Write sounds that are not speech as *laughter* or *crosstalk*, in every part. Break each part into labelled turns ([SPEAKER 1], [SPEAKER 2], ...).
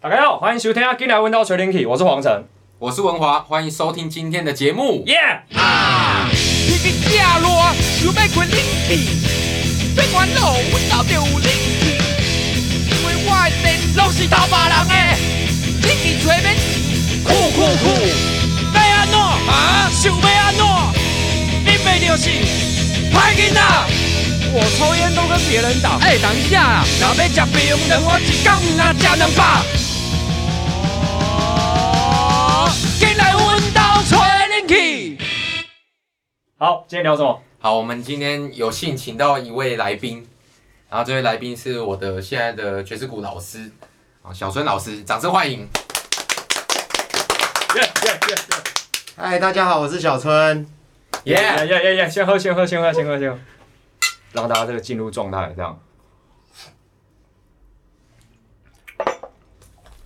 [SPEAKER 1] 大家好，欢迎收听《阿金来问到锤 Linky》，我是黄晨，
[SPEAKER 2] 我是文华，欢迎收听今天的节目。
[SPEAKER 1] 耶、
[SPEAKER 3] 一个角落想要困冷气，别烦恼，阮家就有冷气。因为我的电拢是偷别人的，冷气吹免钱，酷酷酷！要安怎啊？想要安怎？你袂就是歹囡仔。我抽烟都跟别人打。哎、等一下啦，若要吃冰等我一天若吃两百。哦，进来阮家吹冷气。
[SPEAKER 1] 好，今天聊什么？
[SPEAKER 2] 好，我们今天有幸请到一位来宾，然后这位来宾是我的现在的爵士鼓老师啊，小孙老师，掌声欢迎。
[SPEAKER 1] 耶耶
[SPEAKER 4] 嗨，大家好，我是小春。
[SPEAKER 2] 耶、
[SPEAKER 1] 耶耶耶耶耶！先喝，先喝，先喝，先喝，先喝，让大家这个进入状态，这样。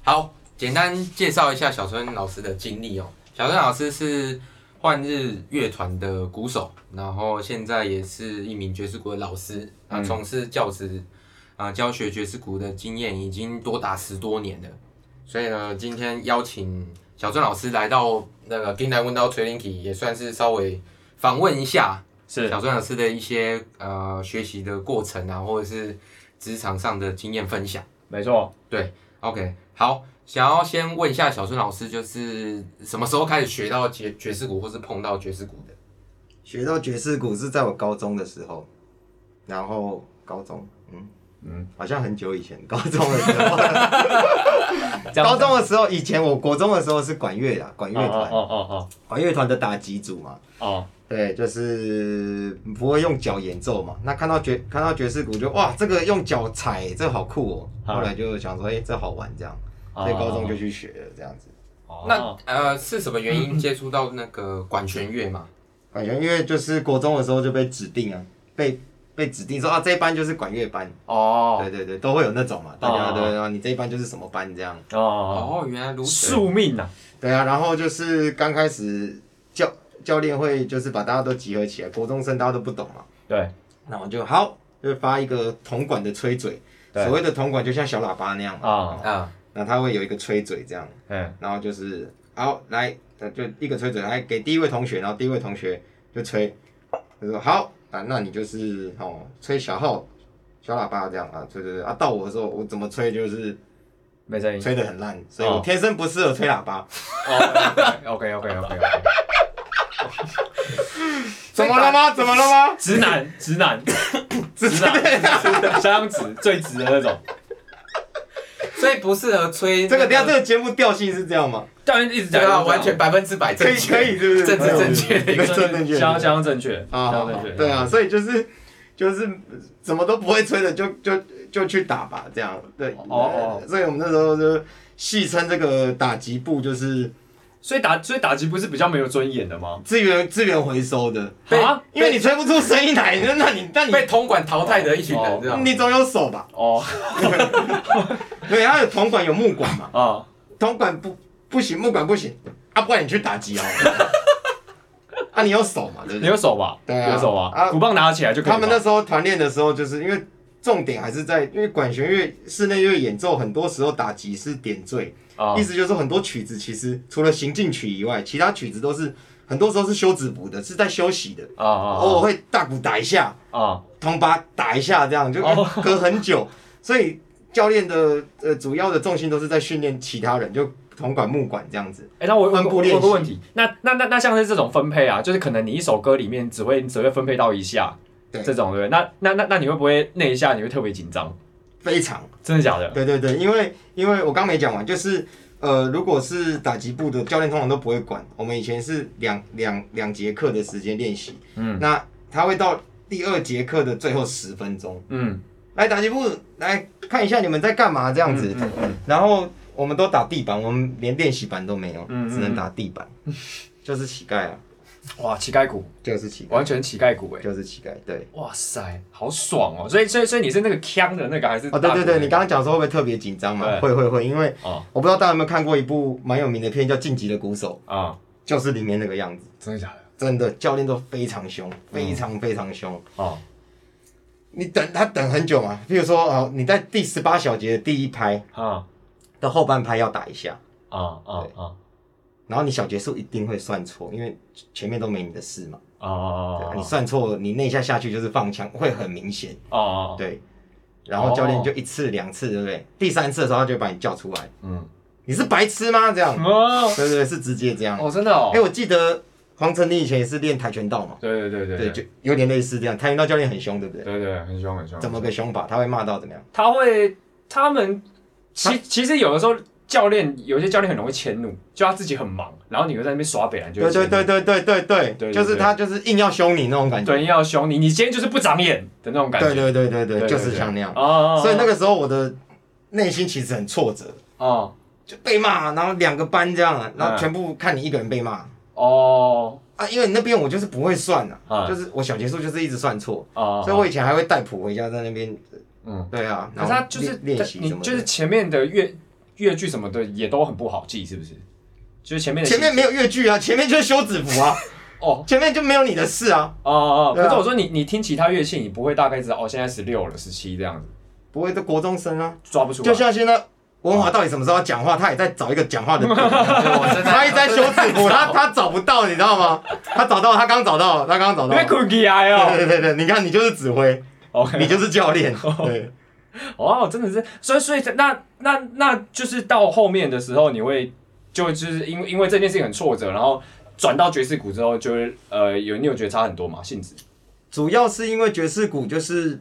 [SPEAKER 2] 好，简单介绍一下小春老师的经历哦。小春老师是幻日乐团的鼓手，然后现在也是一名爵士鼓的老师，啊，
[SPEAKER 1] 嗯
[SPEAKER 2] 从事教职啊、教学爵士鼓的经验已经多达十多年了。所以呢，今天邀请小春老师来到那个金台问到锤林体，也算是稍微访问一下
[SPEAKER 1] 是
[SPEAKER 2] 小春老师的一些呃学习的过程啊，或者是职场上的经验分享。
[SPEAKER 1] 没错。
[SPEAKER 2] OK，好，想要先问一下小孙老师，就是什么时候开始学到爵爵士鼓，或是碰到爵士鼓的？
[SPEAKER 4] 学到爵士鼓是在我高中的时候，然后高中，嗯
[SPEAKER 1] 嗯
[SPEAKER 4] 嗯，好像很久以前，高中的时 *laughs* 候，
[SPEAKER 1] 这样
[SPEAKER 4] 高中的时候，以前我国中的时候是管乐的，管乐
[SPEAKER 1] 哦
[SPEAKER 4] 团，
[SPEAKER 1] 哦哦
[SPEAKER 4] 管乐团的打击组嘛，
[SPEAKER 1] 哦哦，
[SPEAKER 4] 对，就是不会用脚演奏嘛。那看到爵看到爵士鼓就哇，这个用脚踩，这个好酷哦。
[SPEAKER 1] 啊
[SPEAKER 4] 后来就想说，哎、这好玩这样，所以高中就去学了这样子。
[SPEAKER 1] 哦
[SPEAKER 2] 那呃，是什么原因接触到那个管弦乐嘛？
[SPEAKER 4] 管弦乐就是国中的时候就被指定啊，被被指定说啊，这一班就是管乐班。
[SPEAKER 1] 哦
[SPEAKER 4] 对对对，都会有那种嘛，大家
[SPEAKER 1] 哦
[SPEAKER 4] 对啊，你这一班就是什么班这样。
[SPEAKER 1] 哦哦，
[SPEAKER 2] 哦，原来如此。
[SPEAKER 1] 宿命呐，
[SPEAKER 4] 对啊，然后就是刚开始教教练会就是把大家都集合起来，国中生大家都不懂嘛，
[SPEAKER 1] 对，
[SPEAKER 4] 那我就好就发一个铜管的吹嘴，
[SPEAKER 1] 对
[SPEAKER 4] 所谓的铜管就像小喇叭那样嘛，
[SPEAKER 1] 啊，
[SPEAKER 2] 啊，
[SPEAKER 4] 那它会有一个吹嘴这样，
[SPEAKER 1] 嗯，
[SPEAKER 4] 然后就是好来，呃就一个吹嘴，来给第一位同学，然后第一位同学就吹，就说好啊，那你就是哦吹小号小喇叭这样啊，吹吹吹啊，到我的时候我怎么吹就是。
[SPEAKER 1] 没声音。哦
[SPEAKER 4] 吹得很烂，所以我天生不适合吹喇叭。
[SPEAKER 1] OK OK OK，
[SPEAKER 4] 怎么了吗？怎么了吗？
[SPEAKER 1] 直男直男
[SPEAKER 4] *laughs* 直
[SPEAKER 1] 直男，相当直最直的那种，
[SPEAKER 2] 所以不适合吹
[SPEAKER 4] 这个等一下这
[SPEAKER 2] 个
[SPEAKER 4] 个节目调性是这样吗？
[SPEAKER 1] 教练一直
[SPEAKER 2] 对啊，
[SPEAKER 1] 讲，
[SPEAKER 2] 完全百分之百
[SPEAKER 4] 可
[SPEAKER 2] 正
[SPEAKER 4] 以
[SPEAKER 2] 确，
[SPEAKER 4] 可以，是不是？
[SPEAKER 2] 政治正确的一
[SPEAKER 4] 对
[SPEAKER 2] 个。
[SPEAKER 4] 正正确
[SPEAKER 1] 相相当正确，相
[SPEAKER 4] 啊
[SPEAKER 1] 当正确，，
[SPEAKER 4] 对啊，所以就是就是怎么都不会吹的，就就就去打吧，这样对。
[SPEAKER 1] 哦哦
[SPEAKER 4] 所以我们那时候就戏称这个打击部就是
[SPEAKER 1] 所以打所以打击不是比较没有尊严的吗？
[SPEAKER 4] 资源资源回收的，
[SPEAKER 2] 被
[SPEAKER 1] 啊，
[SPEAKER 4] 因为你吹不出声音来，那那你那
[SPEAKER 2] 被
[SPEAKER 4] 你
[SPEAKER 2] 铜管淘汰的一群
[SPEAKER 1] 哦
[SPEAKER 2] 人，这样。
[SPEAKER 4] 你总有
[SPEAKER 1] *laughs*
[SPEAKER 4] 手吧？
[SPEAKER 1] 哦
[SPEAKER 4] 对，它有铜管有木管嘛。
[SPEAKER 1] 啊，
[SPEAKER 4] 铜管不不行，木管不行，啊，不然你去打击哦。啊，你有手嘛，对不
[SPEAKER 1] 你
[SPEAKER 4] 对？
[SPEAKER 1] 有手吧？
[SPEAKER 4] 对啊
[SPEAKER 1] 有手吧？
[SPEAKER 4] 啊
[SPEAKER 1] 鼓棒拿起来就可以吧。
[SPEAKER 4] 他们那时候团练的时候，就是因为重点还是在，因为管弦乐、室内乐演奏，很多时候打击是点缀，
[SPEAKER 1] 啊
[SPEAKER 4] 意思就是说很多曲子其实除了行进曲以外，其他曲子都是很多时候是休止符的，是在休息的，
[SPEAKER 1] 啊啊
[SPEAKER 4] 偶尔会大鼓打一下，
[SPEAKER 1] 啊
[SPEAKER 4] 铜把打一下，这样就
[SPEAKER 1] 哦
[SPEAKER 4] 隔很久，所以教练的呃主要的重心都是在训练其他人，就铜管、木管这样子。
[SPEAKER 1] 哎、那我我
[SPEAKER 4] 分布
[SPEAKER 1] 我
[SPEAKER 4] 练
[SPEAKER 1] 有
[SPEAKER 4] 习
[SPEAKER 1] 个问题，那那那那像是这种分配啊，就是可能你一首歌里面只会只会分配到一下，
[SPEAKER 4] 对
[SPEAKER 1] 这种对不对？那那那那你会不会那一下你会特别紧张？
[SPEAKER 4] 非常，
[SPEAKER 1] 真的假的？
[SPEAKER 4] 对对对，因为因为我刚没讲完，就是呃，如果是打击部的教练，通常都不会管。我们以前是两两两节课的时间练习，
[SPEAKER 1] 嗯
[SPEAKER 4] 那他会到第二节课的最后十分钟，
[SPEAKER 1] 嗯，
[SPEAKER 4] 来打击部来看一下你们在干嘛这样子，
[SPEAKER 1] 嗯嗯
[SPEAKER 4] 然后我们都打地板，我们连练习板都没有，
[SPEAKER 1] 嗯
[SPEAKER 4] 只能打地板， *laughs* 就是乞丐啊，
[SPEAKER 1] 嗯，哇，乞丐鼓，
[SPEAKER 4] 就是乞丐，欸
[SPEAKER 1] 完全乞丐鼓哎、
[SPEAKER 4] 就是乞丐，对。
[SPEAKER 1] 哇塞，好爽哦！所以所以所以你是那个腔的那个还是
[SPEAKER 4] 哦，
[SPEAKER 1] 大
[SPEAKER 4] 对
[SPEAKER 1] 鼓的
[SPEAKER 4] 对
[SPEAKER 1] 那个？
[SPEAKER 4] 对，你刚刚讲说会不会特别紧张嘛？会会会，因为
[SPEAKER 1] 哦
[SPEAKER 4] 我不知道大家有没有看过一部蛮有名的片叫《晋级的鼓手》，
[SPEAKER 1] 啊、
[SPEAKER 4] 就是里面那个样子，
[SPEAKER 1] 真的假的？
[SPEAKER 4] 真的教练都非常凶，
[SPEAKER 1] 嗯
[SPEAKER 4] 非常非常凶。
[SPEAKER 1] 哦
[SPEAKER 4] 你等他等很久嘛？譬如说，哦，你在第十八小节的第一拍，
[SPEAKER 1] 啊
[SPEAKER 4] 到后半拍要打一下，
[SPEAKER 1] 啊啊啊
[SPEAKER 4] 然后你小节数一定会算错，因为前面都没你的事嘛。
[SPEAKER 1] 啊啊
[SPEAKER 4] 对啊你算错，你那一下下去就是放枪，会很明显。
[SPEAKER 1] 啊！，
[SPEAKER 4] 对，然后教练就一次两次，对不对？第三次的时候他就把你叫出来，
[SPEAKER 1] 嗯，
[SPEAKER 4] 你是白痴吗？这样，
[SPEAKER 1] 哦，
[SPEAKER 4] 对对对，是直接这样。
[SPEAKER 1] 哦，真的哦
[SPEAKER 4] 哎、，我记得黄晨，你以前也是练跆拳道嘛？
[SPEAKER 1] 对对对
[SPEAKER 4] 对，
[SPEAKER 1] 对
[SPEAKER 4] 就有点类似这样。跆拳道教练很凶，对不对？
[SPEAKER 1] 对对，很凶很凶。
[SPEAKER 4] 怎么个凶法？他会骂到怎么样？
[SPEAKER 1] 他会，他们
[SPEAKER 4] 他
[SPEAKER 1] 其其实有的时候教练有一些教练很容易迁怒，就他自己很忙，然后你又在那边耍北兰，就
[SPEAKER 4] 对
[SPEAKER 1] 会
[SPEAKER 4] 对
[SPEAKER 1] 迁
[SPEAKER 4] 对
[SPEAKER 1] 怒
[SPEAKER 4] 对对对对，
[SPEAKER 1] 对
[SPEAKER 4] 就是他就是硬要凶你那种感觉。
[SPEAKER 1] 对，要凶你，你今天就是不长眼的那种感觉。
[SPEAKER 4] 对对对对
[SPEAKER 1] 对对
[SPEAKER 4] 对，就是像那样。
[SPEAKER 1] 哦，
[SPEAKER 4] 所以那
[SPEAKER 1] 个
[SPEAKER 4] 个时候我的内心其实很挫折，
[SPEAKER 1] 哦
[SPEAKER 4] 就被骂，然后两个班这样，然后
[SPEAKER 1] 嗯
[SPEAKER 4] 全部看你一个人被骂
[SPEAKER 1] 哦
[SPEAKER 4] 啊，因为你那边我就是不会算啊，
[SPEAKER 1] 嗯
[SPEAKER 4] 就是我小结束就是一直算错，
[SPEAKER 1] 哦，
[SPEAKER 4] 所以我以前还会带谱回家在那边，
[SPEAKER 1] 嗯，
[SPEAKER 4] 对啊，
[SPEAKER 1] 可是他就是
[SPEAKER 4] 然后练练习
[SPEAKER 1] 你
[SPEAKER 4] 什么的，
[SPEAKER 1] 就是前面的乐乐句什么的也都很不好记，是不是？就是前面的
[SPEAKER 4] 前面
[SPEAKER 1] 习
[SPEAKER 4] 没有越剧啊，前面就是休止符啊，
[SPEAKER 1] 哦
[SPEAKER 4] 前面就没有你的事啊，
[SPEAKER 1] 哦哦，
[SPEAKER 4] 对啊
[SPEAKER 1] 可是我说你你听其他乐器，你不会大概知道哦，现在十六了，十七这样子
[SPEAKER 4] 不会都国中生啊，
[SPEAKER 1] 抓不出来。
[SPEAKER 4] 就像现在。文华到底什么时候要讲话？他也在找一个讲话的点，
[SPEAKER 2] 我真的
[SPEAKER 4] *laughs* 他一直在修字符，他 *laughs* 他找不到，你知道吗？他找到，他刚找到，他刚找
[SPEAKER 1] 你
[SPEAKER 4] 到。
[SPEAKER 1] 被 cookie 来
[SPEAKER 4] 对
[SPEAKER 1] 哦
[SPEAKER 4] 对对对，你看你就是指 *laughs* 挥，
[SPEAKER 1] ，OK，
[SPEAKER 4] 你就是教练，对，
[SPEAKER 1] 哦，真的是，所以所以那那那就是到后面的时候，你会就就是因为因为这件事情很挫折，然后转到爵士鼓之后，就会呃有你有觉得差很多嘛性质
[SPEAKER 4] 主要是因为爵士鼓就是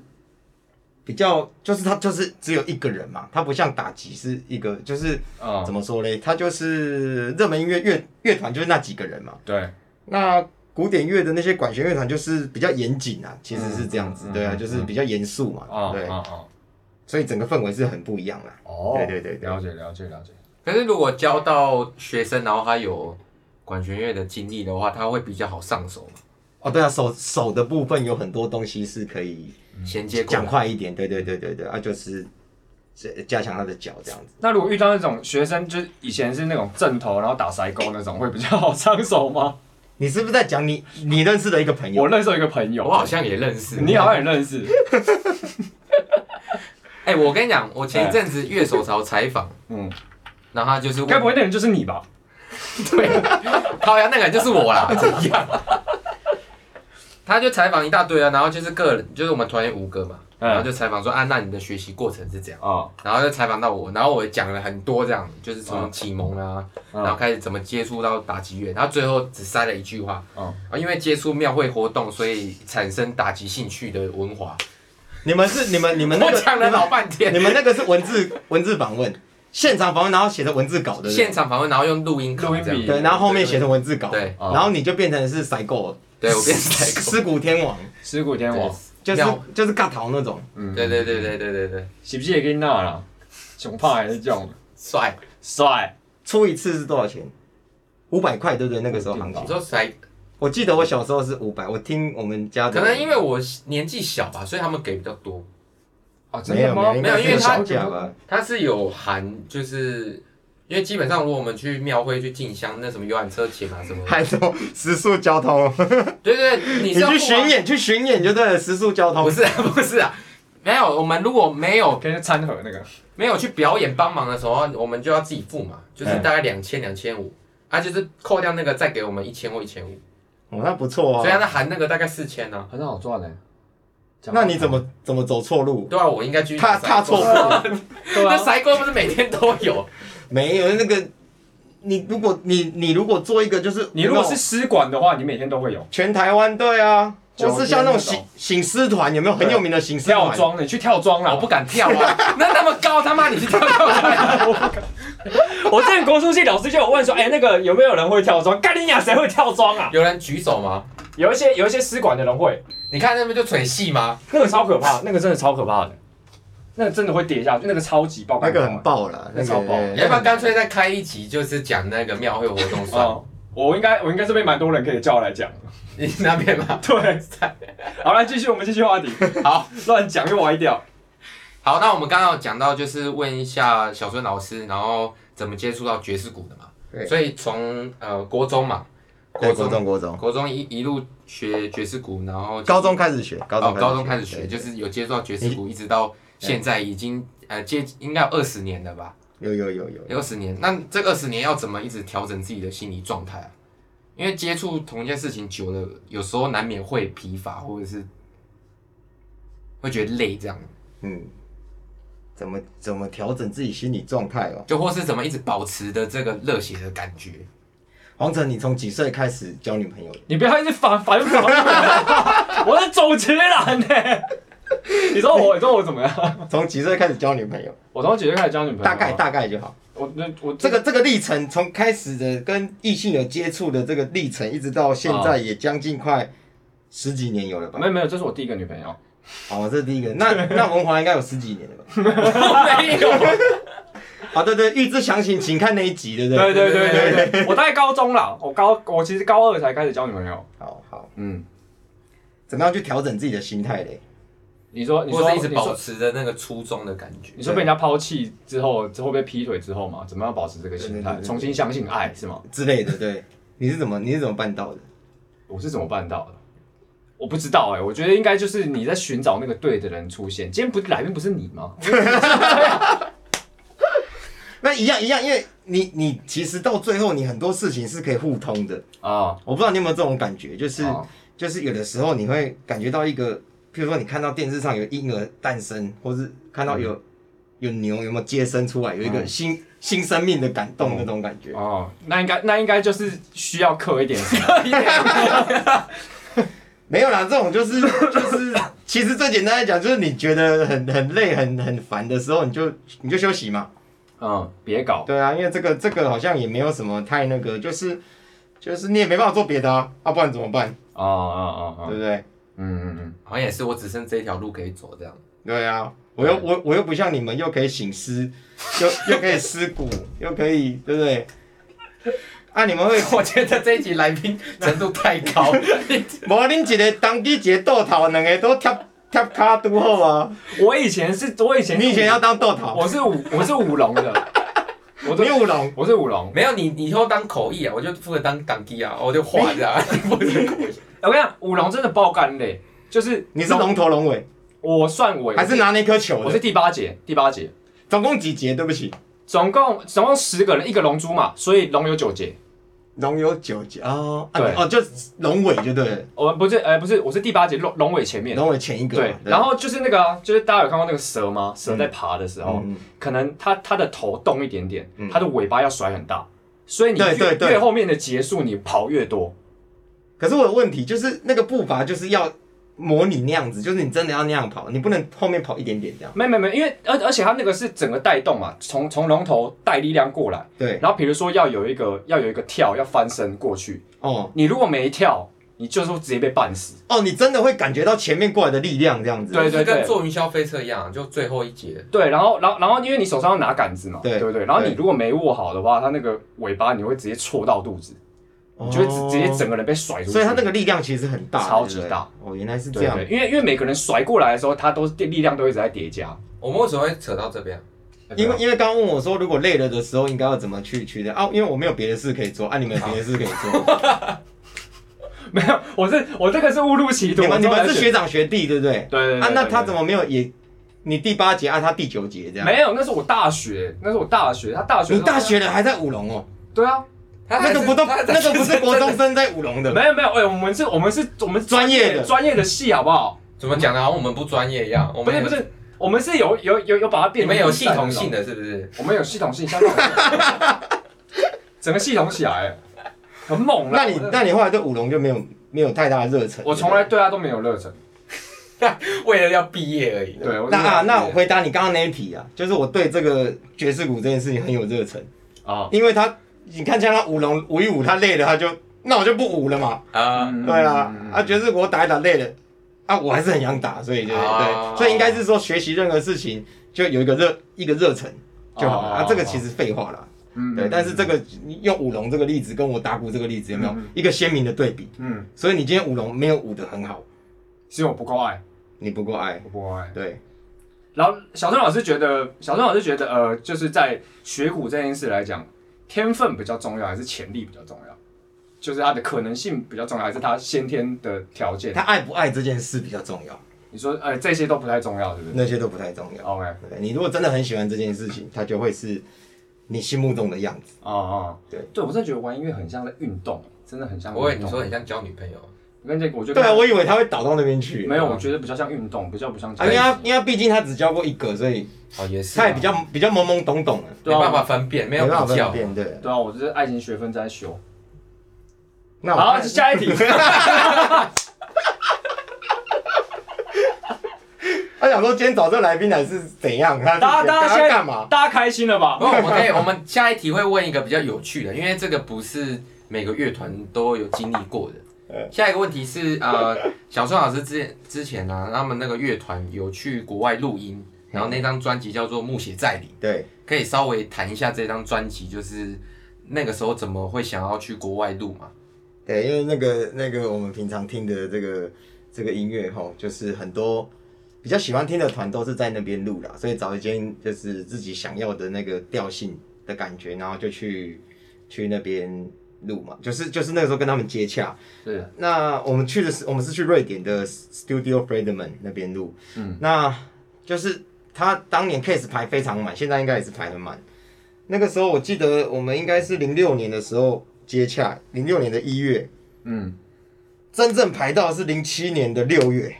[SPEAKER 4] 比较，就是他就是只有一个人嘛，他不像打击是一个，就是
[SPEAKER 1] 啊、嗯，
[SPEAKER 4] 怎么说嘞，他就是热门音乐乐乐团就是那几个人嘛，
[SPEAKER 1] 对，
[SPEAKER 4] 那。古典乐的那些管弦乐团就是比较严谨啊，其实是这样子，
[SPEAKER 1] 嗯嗯
[SPEAKER 4] 对啊，
[SPEAKER 1] 嗯
[SPEAKER 4] 就是比较严肃嘛，
[SPEAKER 1] 啊
[SPEAKER 4] 对，
[SPEAKER 1] 啊啊，
[SPEAKER 4] 所以整个氛围是很不一样啦。
[SPEAKER 1] 哦，
[SPEAKER 4] 对对对对
[SPEAKER 1] 了解了解了解，
[SPEAKER 2] 可是如果教到学生，然后他有管弦乐的经历的话，他会比较好上手嘛，
[SPEAKER 4] 哦，对啊，手手的部分有很多东西是可以
[SPEAKER 2] 衔接过来
[SPEAKER 4] 讲快一点，对对对对对，啊，就是加加强他的脚这样子。
[SPEAKER 1] 那如果遇到那种学生，就是以前是那种正头，然后打腮沟那种，会比较好上手吗？
[SPEAKER 4] 你是不是在讲你你认识的一个朋友
[SPEAKER 1] 我？认识有一个朋友，
[SPEAKER 2] 我好像也认识
[SPEAKER 1] 你好像也认识，
[SPEAKER 2] 哎、我跟你讲，我前一阵子乐手潮采访，
[SPEAKER 1] *laughs* 嗯，
[SPEAKER 2] 然后他就是问
[SPEAKER 1] 该不会那人就是你吧？
[SPEAKER 2] 好呀，那个人就是我啦，怎样？ *laughs* 他就采访一大堆啊，然后就是个人，就是我们团员五个嘛，
[SPEAKER 1] 嗯
[SPEAKER 2] 然后就采访说啊，那你的学习过程是怎样？
[SPEAKER 1] 啊、
[SPEAKER 2] 然后就采访到我，然后我讲了很多这样，就是从启蒙啊，
[SPEAKER 1] 嗯
[SPEAKER 2] 然后开始怎么接触到打击乐，然后最后只塞了一句话，
[SPEAKER 1] 嗯
[SPEAKER 2] 啊，因为接触庙会活动，所以产生打击兴趣的文华。
[SPEAKER 4] 你们是你们你们
[SPEAKER 2] *laughs*
[SPEAKER 4] 那
[SPEAKER 2] 我
[SPEAKER 4] 个
[SPEAKER 2] 讲了老半
[SPEAKER 4] 你
[SPEAKER 2] 天，
[SPEAKER 4] 们那个是文字文字访问，现场访问，然后写成文字稿的。
[SPEAKER 2] 现场访问，然后用录音拷
[SPEAKER 1] 录音
[SPEAKER 2] 这样
[SPEAKER 1] 笔
[SPEAKER 4] 对，然后后面写成文字稿，
[SPEAKER 2] 对
[SPEAKER 1] 哦
[SPEAKER 4] 然后你就变成是塞购，
[SPEAKER 2] 对我变
[SPEAKER 4] 尸
[SPEAKER 2] 成
[SPEAKER 4] 尸骨天王，
[SPEAKER 1] 尸骨天王，
[SPEAKER 4] 就是
[SPEAKER 2] 妙
[SPEAKER 4] 就是尬逃那种，
[SPEAKER 1] 嗯，
[SPEAKER 2] 对对对对对对对，
[SPEAKER 1] 是不是也跟你那啦？熊胖还是这种
[SPEAKER 2] 帅。
[SPEAKER 1] 帅？
[SPEAKER 4] 出一次是多少钱？五百块，对不对？那个时候行
[SPEAKER 2] 你
[SPEAKER 4] 情，
[SPEAKER 2] 说塞
[SPEAKER 4] 我记得我小时候是五百，我听我们家的，
[SPEAKER 2] 可能因为我年纪小吧，所以他们给比较多。
[SPEAKER 1] 哦，真
[SPEAKER 4] 没
[SPEAKER 1] 的
[SPEAKER 4] 有没
[SPEAKER 1] 吗？
[SPEAKER 4] 有，应
[SPEAKER 2] 没有
[SPEAKER 4] 该
[SPEAKER 2] 因为
[SPEAKER 4] 是
[SPEAKER 2] 他
[SPEAKER 4] 小啊价
[SPEAKER 2] *laughs*
[SPEAKER 4] 吧，
[SPEAKER 2] 它是有含，就是因为基本上如果我们去庙会去进香，那什么游览车钱啊什么的，
[SPEAKER 4] 还有时速交通，
[SPEAKER 2] 对对对，你
[SPEAKER 4] 你
[SPEAKER 2] 是要
[SPEAKER 4] 去
[SPEAKER 2] 付啊
[SPEAKER 4] 巡演去巡演就对了，时速交
[SPEAKER 2] 不
[SPEAKER 4] 通，
[SPEAKER 2] 是啊不是啊，没有，我们如果没有
[SPEAKER 1] 跟餐盒那个
[SPEAKER 2] 没有去表演帮忙的时候，我们就要自己付嘛，就是
[SPEAKER 4] 哎
[SPEAKER 1] 嗯
[SPEAKER 2] 大概两千两千五。啊，就是扣掉那个，再给我们一千或一千五，
[SPEAKER 4] 哦，那不错
[SPEAKER 2] 所以它
[SPEAKER 4] 啊，
[SPEAKER 2] 那含那个大概四千啊呢。
[SPEAKER 1] 很好赚欸嘞。
[SPEAKER 4] 那你怎么怎么走错路？
[SPEAKER 2] 对啊，我应该去
[SPEAKER 4] 踏踏错
[SPEAKER 2] 了。
[SPEAKER 4] 步，
[SPEAKER 1] 对
[SPEAKER 2] 那
[SPEAKER 1] 啊？
[SPEAKER 2] 塞锅不是每天都有？
[SPEAKER 4] 没有那个，你如果你你如果做一个就是
[SPEAKER 1] 你如果
[SPEAKER 4] 那
[SPEAKER 1] 是
[SPEAKER 4] 种
[SPEAKER 1] 丝管的话，你每天都会 *laughs* 有
[SPEAKER 4] 全台湾队啊，
[SPEAKER 1] 九
[SPEAKER 4] 或是像那种
[SPEAKER 1] 天那
[SPEAKER 4] 醒
[SPEAKER 1] 种
[SPEAKER 4] 醒狮团，有没有很有名的醒狮
[SPEAKER 1] 跳
[SPEAKER 4] 团？
[SPEAKER 1] 装的，你去跳装啦。
[SPEAKER 2] 我不敢跳 *laughs* 啊，那那么高，他妈你去跳跳看。
[SPEAKER 1] 我之前国术系老师就有问说，哎、那个有没有人会跳装？干你娘，谁会跳装啊？
[SPEAKER 2] *laughs* 有人举手吗？
[SPEAKER 1] 有一些有一些丝管的人会，
[SPEAKER 2] 你看那边就腿细 *laughs* 吗？
[SPEAKER 1] 那个超可怕，那个真的超可怕的，那个真的会跌下去，那个超级爆，
[SPEAKER 4] 那个很。爆了，
[SPEAKER 1] 那
[SPEAKER 4] 那
[SPEAKER 1] 超爆
[SPEAKER 4] 个
[SPEAKER 2] 要不然干脆再开一集，就是讲那个庙会活动算了。
[SPEAKER 1] 哦，我应该我应该是被蛮多人可以叫来讲。
[SPEAKER 2] *laughs* 你那边 *laughs* 吗？
[SPEAKER 1] 对，好了，继续我们继续 *laughs* 话题，
[SPEAKER 2] 好
[SPEAKER 1] 乱讲又歪掉。
[SPEAKER 2] 好，那我们刚刚有讲到，就是问一下小孙老师，然后怎么接触到爵士鼓的嘛？
[SPEAKER 4] 对
[SPEAKER 2] 所以从呃国中嘛，
[SPEAKER 4] 对国中国中
[SPEAKER 2] 国中一一路学爵士鼓，然后
[SPEAKER 4] 高中开始学，高
[SPEAKER 2] 哦
[SPEAKER 4] 中
[SPEAKER 2] 高中开始学，
[SPEAKER 4] 对
[SPEAKER 2] 就是有接触到爵士鼓，一直到现在已经呃接近应该有二十年了吧？
[SPEAKER 4] 有有有有，
[SPEAKER 2] 二十年，那这二十年要怎么一直调整自己的心理状态啊？因为接触同一件事情久了，有时候难免会疲乏，或者是会觉得累，这样
[SPEAKER 4] 嗯，怎么怎么调整自己心理状态哦？
[SPEAKER 2] 就或是怎么一直保持的这个热血的感觉。
[SPEAKER 4] 黄晨，你从几岁开始交女朋友的？
[SPEAKER 1] 你不要一直反反反我，我是总结男呢、你说我，你说我怎么样？
[SPEAKER 4] 从几岁开始交女朋友？
[SPEAKER 1] 我从几岁开始交女朋友？啊
[SPEAKER 4] 大概，大概就好。
[SPEAKER 1] 我那我
[SPEAKER 4] 这个这个历程，从开始的跟异性有接触的这个历程，一直到现在，
[SPEAKER 1] 哦
[SPEAKER 4] 也将近快十几年有了吧
[SPEAKER 1] 没？有没有，这是我第一个女朋友。
[SPEAKER 4] 哦，这是第一个。那那文华应该有十几年了吧？
[SPEAKER 1] *laughs* 没
[SPEAKER 4] *laughs*
[SPEAKER 1] 有，
[SPEAKER 4] 啊，对对，预知详情请看那一集，对不
[SPEAKER 1] 对
[SPEAKER 4] 对？
[SPEAKER 1] 对对对对，我大概高中啦，我高我其实高二才开始交女朋友。
[SPEAKER 4] 好好，
[SPEAKER 1] 嗯，
[SPEAKER 4] 怎么样去调整自己的心态嘞？
[SPEAKER 1] 你说你
[SPEAKER 2] 或
[SPEAKER 1] 说
[SPEAKER 2] 是一直
[SPEAKER 1] 你
[SPEAKER 2] 保
[SPEAKER 1] 说
[SPEAKER 2] 持着那个初衷的感觉
[SPEAKER 1] 你。说被人家抛弃之后，之后被劈腿之后嘛，怎么样保持这个心
[SPEAKER 4] 对对对
[SPEAKER 1] 态，
[SPEAKER 4] 对
[SPEAKER 1] 重新相信爱是吗？
[SPEAKER 4] 之类的，对。你是怎么你是怎么办到的？
[SPEAKER 1] 我是怎么办到的？我不知道哎、我觉得应该就是你在寻找那个对的人出现。今天不来宾不是你吗？
[SPEAKER 4] 那一样一样，因为你你其实到最后，你很多事情是可以互通的。
[SPEAKER 1] 啊，
[SPEAKER 4] 我不知道你有没有这种感觉，就是、
[SPEAKER 1] 啊
[SPEAKER 4] 就是有的时候你会感觉到一个，譬如说你看到电视上有婴儿诞生，或是看到有、有牛有没有接生出来，有一个
[SPEAKER 1] 嗯
[SPEAKER 4] 新、新生命的感动那种感觉。
[SPEAKER 1] 哦，那应该那应该就是需要刻一
[SPEAKER 4] *laughs*
[SPEAKER 1] 点什么
[SPEAKER 4] 没有啦，这种就是就是，其实最简单来讲，就是你觉得很很累、很很烦的时候，你就你就休息嘛。
[SPEAKER 1] 嗯，别搞，
[SPEAKER 4] 对啊，因为这个这个好像也没有什么太那个，就是就是你也没办法做别的啊，啊不然怎么办？
[SPEAKER 1] 哦哦哦
[SPEAKER 4] 对
[SPEAKER 1] 哦，
[SPEAKER 4] 不对？
[SPEAKER 1] 嗯嗯嗯，
[SPEAKER 2] 好像也是，我只剩这一条路可以走，这样。
[SPEAKER 4] 对啊，我又我我又不像你们，又可以醒狮，又又可以尸骨，又可以对不对？啊，你
[SPEAKER 1] *laughs*
[SPEAKER 4] 们会，
[SPEAKER 2] 我觉得这一集来宾程度太高，
[SPEAKER 4] 无恁一个当机一个豆头，两个都贴贴卡拄好啊。
[SPEAKER 1] 我以前是，我以前是
[SPEAKER 4] 你以前要当豆头，
[SPEAKER 1] 我是舞，我是舞龙的，
[SPEAKER 4] *laughs*
[SPEAKER 1] 我
[SPEAKER 4] 你
[SPEAKER 1] 是
[SPEAKER 4] 有龙，
[SPEAKER 1] 我是舞龙。
[SPEAKER 2] 没有你，你以后当口译啊，我就负责当港机啊，我就画
[SPEAKER 1] *laughs*
[SPEAKER 2] 这样，不是口译。
[SPEAKER 1] 我跟你讲，舞龙真的爆肝嘞，就是
[SPEAKER 4] 你是龙头龙尾，
[SPEAKER 1] 我算尾，
[SPEAKER 4] 还是拿那颗球
[SPEAKER 1] 我是
[SPEAKER 4] 的？
[SPEAKER 1] 第八节，第八节，
[SPEAKER 4] 总共几节？对不起，
[SPEAKER 1] 总共总共十个人，一个龙珠嘛，所以龙有九节。
[SPEAKER 4] 龙有九节哦，啊
[SPEAKER 1] 对
[SPEAKER 4] 哦，就是龙尾就对了，
[SPEAKER 1] 我们不是，呃，不是，我是第八节龙龙尾前面。
[SPEAKER 4] 龙尾前一个嘛。
[SPEAKER 1] 对，然后就是那个啊，就是大家有看过那个蛇吗？蛇在爬的时候，
[SPEAKER 4] 嗯嗯
[SPEAKER 1] 可能它它的头动一点点
[SPEAKER 4] 嗯，
[SPEAKER 1] 它的尾巴要甩很大，所以你
[SPEAKER 4] 对
[SPEAKER 1] 越
[SPEAKER 4] 对对
[SPEAKER 1] 越后面的结束，你跑越多。
[SPEAKER 4] 可是我有问题，就是那个步伐就是要模拟那样子，就是你真的要那样跑，你不能后面跑一点点这样。
[SPEAKER 1] 没没没，因为而而且它那个是整个带动嘛，从从龙头带力量过来，
[SPEAKER 4] 对，
[SPEAKER 1] 然后比如说要有一个要有一个跳，要翻身过去，
[SPEAKER 4] 哦
[SPEAKER 1] 你如果没跳，你就是直接被绊死。
[SPEAKER 4] 哦，你真的会感觉到前面过来的力量这样子。
[SPEAKER 1] 对对
[SPEAKER 2] *laughs* 就
[SPEAKER 1] 对
[SPEAKER 2] 跟坐云霄飞车一样，啊就最后一节。
[SPEAKER 1] 对，然后然后然后因为你手上要拿杆子嘛，
[SPEAKER 4] 对
[SPEAKER 1] 对不对？然后你
[SPEAKER 4] 对
[SPEAKER 1] 如果没握好的话，它那个尾巴你会直接戳到肚子，
[SPEAKER 4] 哦
[SPEAKER 1] 你就会直直接整。个人被甩出去。
[SPEAKER 4] 所以它那个力量其实很大，
[SPEAKER 1] 超级
[SPEAKER 4] 对不对
[SPEAKER 1] 大。
[SPEAKER 4] 哦，原来是这
[SPEAKER 1] 对
[SPEAKER 4] 样
[SPEAKER 1] 对，。因为因为每个人甩过来的时候，它都是力量都一直在叠
[SPEAKER 4] *laughs*
[SPEAKER 1] 加。
[SPEAKER 2] 我们为什么会扯到这边啊？
[SPEAKER 4] 因为因为刚刚问我说，如果累了的时候应该要怎么去去的啊？因为我没有别的事可以做啊，你们有别的事可
[SPEAKER 1] *laughs*
[SPEAKER 4] 以做。
[SPEAKER 1] 没有，我是我这个是误入歧途。
[SPEAKER 4] 你们你
[SPEAKER 1] 我这
[SPEAKER 4] 们
[SPEAKER 1] 个
[SPEAKER 4] 是学长学弟对不对？
[SPEAKER 1] 对对对
[SPEAKER 4] 啊，那
[SPEAKER 1] 对
[SPEAKER 4] 他
[SPEAKER 1] 对
[SPEAKER 4] 怎么没有也？你第八节啊，他第九节这样。
[SPEAKER 1] 没有？那是我大学，那是我大学，他大学
[SPEAKER 4] 你大学的还在舞龙哦，
[SPEAKER 1] 对啊，
[SPEAKER 2] 他还
[SPEAKER 4] 那
[SPEAKER 2] 是
[SPEAKER 4] 个不都
[SPEAKER 2] 他还
[SPEAKER 4] 那
[SPEAKER 1] *laughs*
[SPEAKER 4] 个不是国中生在舞龙的。
[SPEAKER 1] 没有没有，哎、我们是我们是我们是
[SPEAKER 4] 专业的
[SPEAKER 1] 专业的戏，好不好？
[SPEAKER 2] 怎么讲呢？好像我们不专业一样，我
[SPEAKER 1] 不是
[SPEAKER 2] 们有
[SPEAKER 1] 不，是，我们是有有有有把它
[SPEAKER 2] 你
[SPEAKER 1] 变成
[SPEAKER 2] 们有系统性
[SPEAKER 1] 的，
[SPEAKER 2] 的，是不是？
[SPEAKER 1] 我们有系统性，相当于整个系统起来，哎很猛啦
[SPEAKER 4] *laughs* 那你
[SPEAKER 1] 我
[SPEAKER 4] 那你后来对舞龙就没有没有太大的热忱。
[SPEAKER 1] 我从来对啊他都没有热忱，
[SPEAKER 2] 为了要毕业而已。
[SPEAKER 1] 对，我
[SPEAKER 4] 那啊，
[SPEAKER 1] 啊
[SPEAKER 4] 那我回答你刚刚那一题啊，就是我对这个爵士鼓这件事情很有热忱，
[SPEAKER 1] 啊，
[SPEAKER 4] 因为他你看像他舞龙舞一舞，他累了他就那我就不舞了嘛，
[SPEAKER 2] 啊，
[SPEAKER 1] 嗯
[SPEAKER 4] 对啊，
[SPEAKER 1] 嗯
[SPEAKER 4] 啊爵士鼓我打一打累了，啊我还是很想打，所以就
[SPEAKER 2] 啊
[SPEAKER 1] 哦
[SPEAKER 4] 对，所以应该是说学习任何事情就有一个热一个热忱就好了，
[SPEAKER 1] 哦
[SPEAKER 4] 啊这个其实废话啦，
[SPEAKER 1] 嗯
[SPEAKER 4] 对，但是这个用舞龙这个例子跟我打鼓这个例子有没有
[SPEAKER 1] 嗯
[SPEAKER 4] 一个鲜明的对比？
[SPEAKER 1] 嗯，
[SPEAKER 4] 所以你今天舞龙没有舞得很好，
[SPEAKER 1] 是因为我不够爱，
[SPEAKER 4] 你不够爱，
[SPEAKER 1] 我不够爱。
[SPEAKER 4] 对。
[SPEAKER 1] 然后小郑老师觉得，小郑老师觉得，呃，就是在学鼓这件事来讲，天分比较重要，还是潜力比较重要？就是他的可能性比较重要，还是他先天的条件？
[SPEAKER 4] 他爱不爱这件事比较重要，
[SPEAKER 1] 你说，呃，这些都不太重要，是不是
[SPEAKER 4] 那些都不太重要。
[SPEAKER 1] ？OK，
[SPEAKER 4] 对你如果真的很喜欢这件事情，它就会是你心目中的样子。
[SPEAKER 1] 啊啊，
[SPEAKER 4] 对
[SPEAKER 1] 对，我真的觉得玩音乐很像在运动，真的很像
[SPEAKER 2] 不会，
[SPEAKER 1] 运
[SPEAKER 2] 你
[SPEAKER 1] 动。
[SPEAKER 2] 说很像交女朋友，
[SPEAKER 1] 我跟这个我就
[SPEAKER 4] 对啊，我以为他会倒到那边去。
[SPEAKER 1] 没有，我觉得比较像运动，比较不像
[SPEAKER 4] 啊，因为他因为他毕竟他只交过一个，所以
[SPEAKER 2] 哦，也是啊，
[SPEAKER 4] 他也比较比较懵懵懂懂的，
[SPEAKER 2] 没
[SPEAKER 1] 对啊
[SPEAKER 2] 办法分辨，没有
[SPEAKER 4] 办法
[SPEAKER 2] 比较
[SPEAKER 4] 分，辨对。
[SPEAKER 1] 对啊，我就是爱情学分在修。
[SPEAKER 4] 那我
[SPEAKER 1] 好，
[SPEAKER 4] 看
[SPEAKER 1] 下
[SPEAKER 4] *laughs*
[SPEAKER 1] 一题。
[SPEAKER 4] 他想说今天找这来宾来是怎样？他
[SPEAKER 1] 大家大家现在
[SPEAKER 4] 干嘛？
[SPEAKER 1] 大家开心了吧
[SPEAKER 2] 不，？我们可以，我们下一题会问一个比较有趣的，因为这个不是每个乐团都有经历过的。
[SPEAKER 4] 嗯
[SPEAKER 2] 下一个问题是，呃，小宋老师之前之前呢、啊，他们那个乐团有去国外录音，然后那张专辑叫做《暮雪在里
[SPEAKER 4] 对，》，
[SPEAKER 2] 可以稍微谈一下这张专辑，就是那个时候怎么会想要去国外录嘛？
[SPEAKER 4] 对，因为那个那个我们平常听的这个这个音乐吼，就是很多比较喜欢听的团都是在那边录啦，所以找一间就是自己想要的那个调性的感觉，然后就去去那边录嘛，就是就是那个时候跟他们接洽。
[SPEAKER 1] 是
[SPEAKER 4] 那我们去的是我们是去瑞典的 Studio Friedman 那边录，
[SPEAKER 1] 嗯，
[SPEAKER 4] 那就是他当年 case 排非常满，现在应该也是排很满。那个时候我记得我们应该是零六年的时候接洽，零六年的一月，
[SPEAKER 1] 嗯，
[SPEAKER 4] 真正排到是零七年的六月，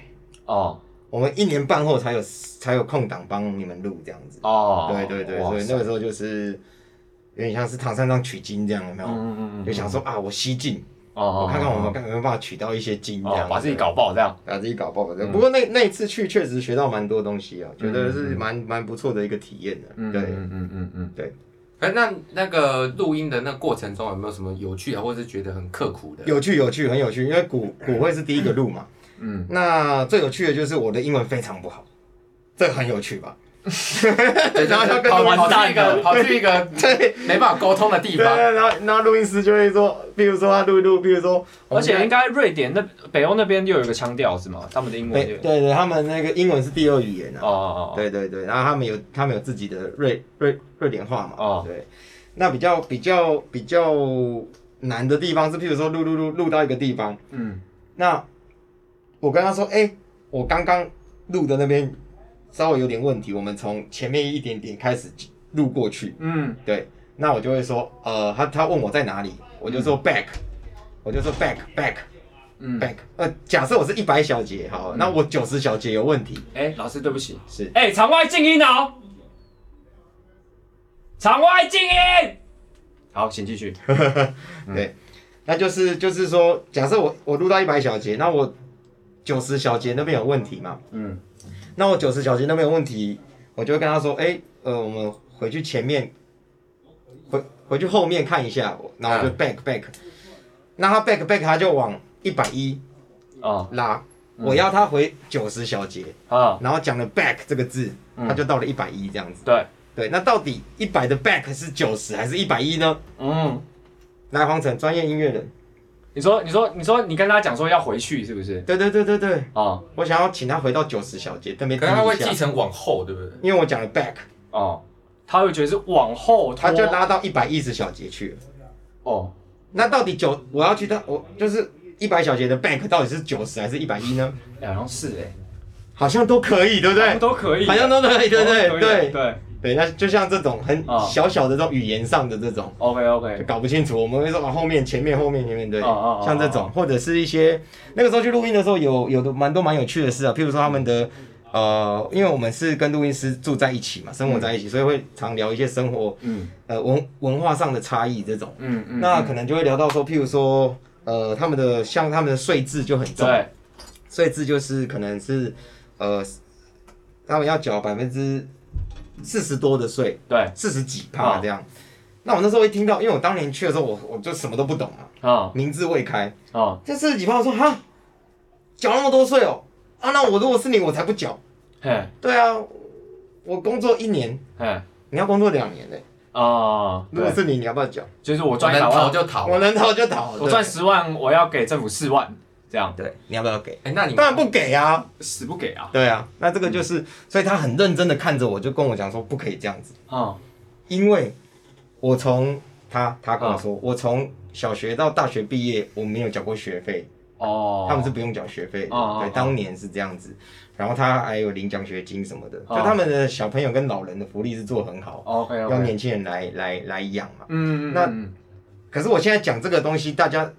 [SPEAKER 1] 哦
[SPEAKER 4] 我们一年半后才有才有空档帮你们录这样子。
[SPEAKER 1] 哦，
[SPEAKER 4] 对对对，
[SPEAKER 1] 哇
[SPEAKER 4] 所以
[SPEAKER 1] 塞
[SPEAKER 4] 那个时候就是有点像是唐三藏取经这样，有没有？
[SPEAKER 1] 嗯嗯嗯，
[SPEAKER 4] 就想说啊，我西进，
[SPEAKER 1] 哦哦，
[SPEAKER 4] 我看看我们
[SPEAKER 1] 哦
[SPEAKER 4] 看有没有办法取到一些经这
[SPEAKER 1] 哦
[SPEAKER 4] 样，
[SPEAKER 1] 把自己搞嗯爆这样。
[SPEAKER 4] 把自己搞爆。不过那那一次去确实学到蛮多东西啊，觉得是蛮蛮不错的一个体验的。
[SPEAKER 1] 嗯
[SPEAKER 4] 对，
[SPEAKER 1] 嗯嗯嗯嗯，
[SPEAKER 2] 哎，那那个录音的那过程中有没有什么有趣啊的，或是觉得很刻苦的？
[SPEAKER 4] 有趣有趣，很有趣，因为股股会是第一个录嘛。
[SPEAKER 1] 嗯，
[SPEAKER 4] 那最有趣的就是我的英文非常不好，这个很有趣吧？
[SPEAKER 2] *laughs* 对，
[SPEAKER 4] 然后要跟
[SPEAKER 2] 跑
[SPEAKER 1] 他们
[SPEAKER 2] 跑去一
[SPEAKER 1] 蛋
[SPEAKER 2] 个
[SPEAKER 1] 了
[SPEAKER 2] *laughs* 跑去一个没办法沟通的地
[SPEAKER 4] 对，
[SPEAKER 2] 方。
[SPEAKER 4] 然后然后录音师就会说，比如说他录一录，比如说，
[SPEAKER 1] 而且应该瑞典那北欧那边又有一个腔调是吗？他们的英文
[SPEAKER 4] 对
[SPEAKER 1] 有
[SPEAKER 4] 对对，他们那个英文是第二语言
[SPEAKER 1] 哦
[SPEAKER 4] 啊，
[SPEAKER 1] 哦哦，
[SPEAKER 4] 对对对，然后他们有他们有自己的瑞瑞瑞典话嘛，
[SPEAKER 1] 哦
[SPEAKER 4] 对，那比较比较比较难的地方是，譬如说录录录录到一个地方，
[SPEAKER 1] 嗯
[SPEAKER 4] 那我跟他说，哎、我刚刚录的那边稍微有点问题，我们从前面一点点开始录过去，
[SPEAKER 1] 嗯
[SPEAKER 4] 对，那我就会说，呃，他他问我在哪里，我就说 back，、我就说 back back
[SPEAKER 1] 嗯，
[SPEAKER 4] back，呃，假设我是一百小节，好，那我九十小节有问题，
[SPEAKER 1] 哎，老师对不起，
[SPEAKER 4] 是
[SPEAKER 1] 哎，场外静音哦，场外静音。好，请继续。
[SPEAKER 4] 那就是就是说，假设我我录到一百小节，那我九十小节那边有问题嘛，
[SPEAKER 1] 嗯
[SPEAKER 4] 那我九十小节那边有问题，我就会跟他说，哎、呃，我们回去前面，回回去后面看一下，然后
[SPEAKER 1] 啊
[SPEAKER 4] 我就 back back，、那他 back back 他就往一百一
[SPEAKER 1] 哦
[SPEAKER 4] 拉，我要他回九十小节。
[SPEAKER 1] 啊，
[SPEAKER 4] 然后讲了 back 这个字，
[SPEAKER 1] 嗯
[SPEAKER 4] 他就到了一百一这样子。
[SPEAKER 1] 对，
[SPEAKER 4] 对，那到底一百的 back 是九十还是一百一呢？
[SPEAKER 1] 嗯，
[SPEAKER 4] 来，黄晨，专业音乐人。
[SPEAKER 1] 你说你说你说你跟他讲说要回去是不是？
[SPEAKER 4] 对对对对对，
[SPEAKER 1] 哦
[SPEAKER 4] 我想要请他回到九十小节，但没
[SPEAKER 2] 可是他会
[SPEAKER 4] 听
[SPEAKER 2] 继
[SPEAKER 4] 一下，
[SPEAKER 2] 承往后，对不对？
[SPEAKER 4] 因为我讲了 back，
[SPEAKER 1] 哦，他会觉得是往后拖
[SPEAKER 4] 他就拉到一百一十小节去了。
[SPEAKER 1] 哦，
[SPEAKER 4] 那到底九，我要去到我就是一百小节的 back 到底是九十还是一百一呢？
[SPEAKER 1] 哎好像是哎，
[SPEAKER 4] 好像都可以，对不
[SPEAKER 1] 他们
[SPEAKER 4] 对？
[SPEAKER 1] 都可以，
[SPEAKER 4] 好像都可以，对
[SPEAKER 1] 都可
[SPEAKER 4] 对
[SPEAKER 1] 以
[SPEAKER 4] 对
[SPEAKER 1] 对
[SPEAKER 4] 对。那就像这种很
[SPEAKER 1] 啊
[SPEAKER 4] 小小的这种语言上的这种。
[SPEAKER 1] ，OK
[SPEAKER 4] 就
[SPEAKER 1] OK，
[SPEAKER 4] 搞不清楚，我们会说啊后面、前面、后面、前面，对，
[SPEAKER 1] 哦哦哦
[SPEAKER 4] 像这种或者是一些那个时候去录音的时候有有的蛮多蛮有趣的事啊，譬如说他们的呃，因为我们是跟录音师住在一起嘛，生活在一起，所以会常聊一些生活
[SPEAKER 1] 嗯
[SPEAKER 4] 呃文文化上的差异这种，
[SPEAKER 1] 嗯嗯，
[SPEAKER 4] 那
[SPEAKER 1] 嗯
[SPEAKER 4] 可能就会聊到说，譬如说呃他们的像他们的税制就很重，
[SPEAKER 1] 对，
[SPEAKER 4] 税制就是可能是呃他们要缴百分之四十多的税，
[SPEAKER 1] 对
[SPEAKER 4] 四十几趴这样。那我那时候一听到，因为我当年去的时候我，我就什么都不懂嘛，
[SPEAKER 1] 啊
[SPEAKER 4] 名字未开。
[SPEAKER 1] 啊，
[SPEAKER 4] 这四十几趴，我说哈，缴那么多税哦，啊，那我如果是你，我才不缴。
[SPEAKER 1] 嘿
[SPEAKER 4] 对啊，我工作一年，
[SPEAKER 1] 嘿
[SPEAKER 4] 你要工作两年嘞、
[SPEAKER 1] 啊，
[SPEAKER 4] 如果
[SPEAKER 1] 对，
[SPEAKER 4] 是你，你要不要缴？
[SPEAKER 1] 就是我
[SPEAKER 2] 我
[SPEAKER 1] 赚一
[SPEAKER 2] 能
[SPEAKER 1] 百
[SPEAKER 2] 逃
[SPEAKER 1] 万，
[SPEAKER 2] 就逃。
[SPEAKER 4] 我能逃就逃，
[SPEAKER 1] 我赚
[SPEAKER 4] 对
[SPEAKER 1] 十万，我要给政府四万，这样
[SPEAKER 4] 对，你要不要给？
[SPEAKER 2] 哎，那你
[SPEAKER 4] 当然不给啊，
[SPEAKER 1] 死不给啊，
[SPEAKER 4] 对啊，那这个就是，所以他很认真的看着我，就跟我讲说不可以这样子，
[SPEAKER 1] 啊
[SPEAKER 4] 因为我嗯从他他跟我说，我从小学到大学毕业，我没有缴过学费，
[SPEAKER 1] 哦，
[SPEAKER 4] 他们是不用缴学费的。
[SPEAKER 1] 哦哦
[SPEAKER 4] 对
[SPEAKER 1] 哦，
[SPEAKER 4] 当年是这样子，然后他还有领奖学金什么的，
[SPEAKER 1] 哦
[SPEAKER 4] 就他们的小朋友跟老人的福利是做很好，
[SPEAKER 1] OK，
[SPEAKER 4] 要年轻人来来来养嘛。
[SPEAKER 1] 嗯，嗯
[SPEAKER 4] 那
[SPEAKER 1] 嗯
[SPEAKER 4] 可是我现在讲这个东西，大家